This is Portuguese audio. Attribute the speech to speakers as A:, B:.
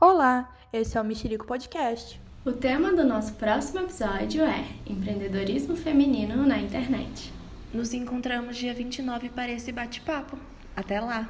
A: Olá, esse é o Mexerico Podcast.
B: O tema do nosso próximo episódio é empreendedorismo feminino na internet.
C: Nos encontramos dia 29 para esse bate-papo. Até lá!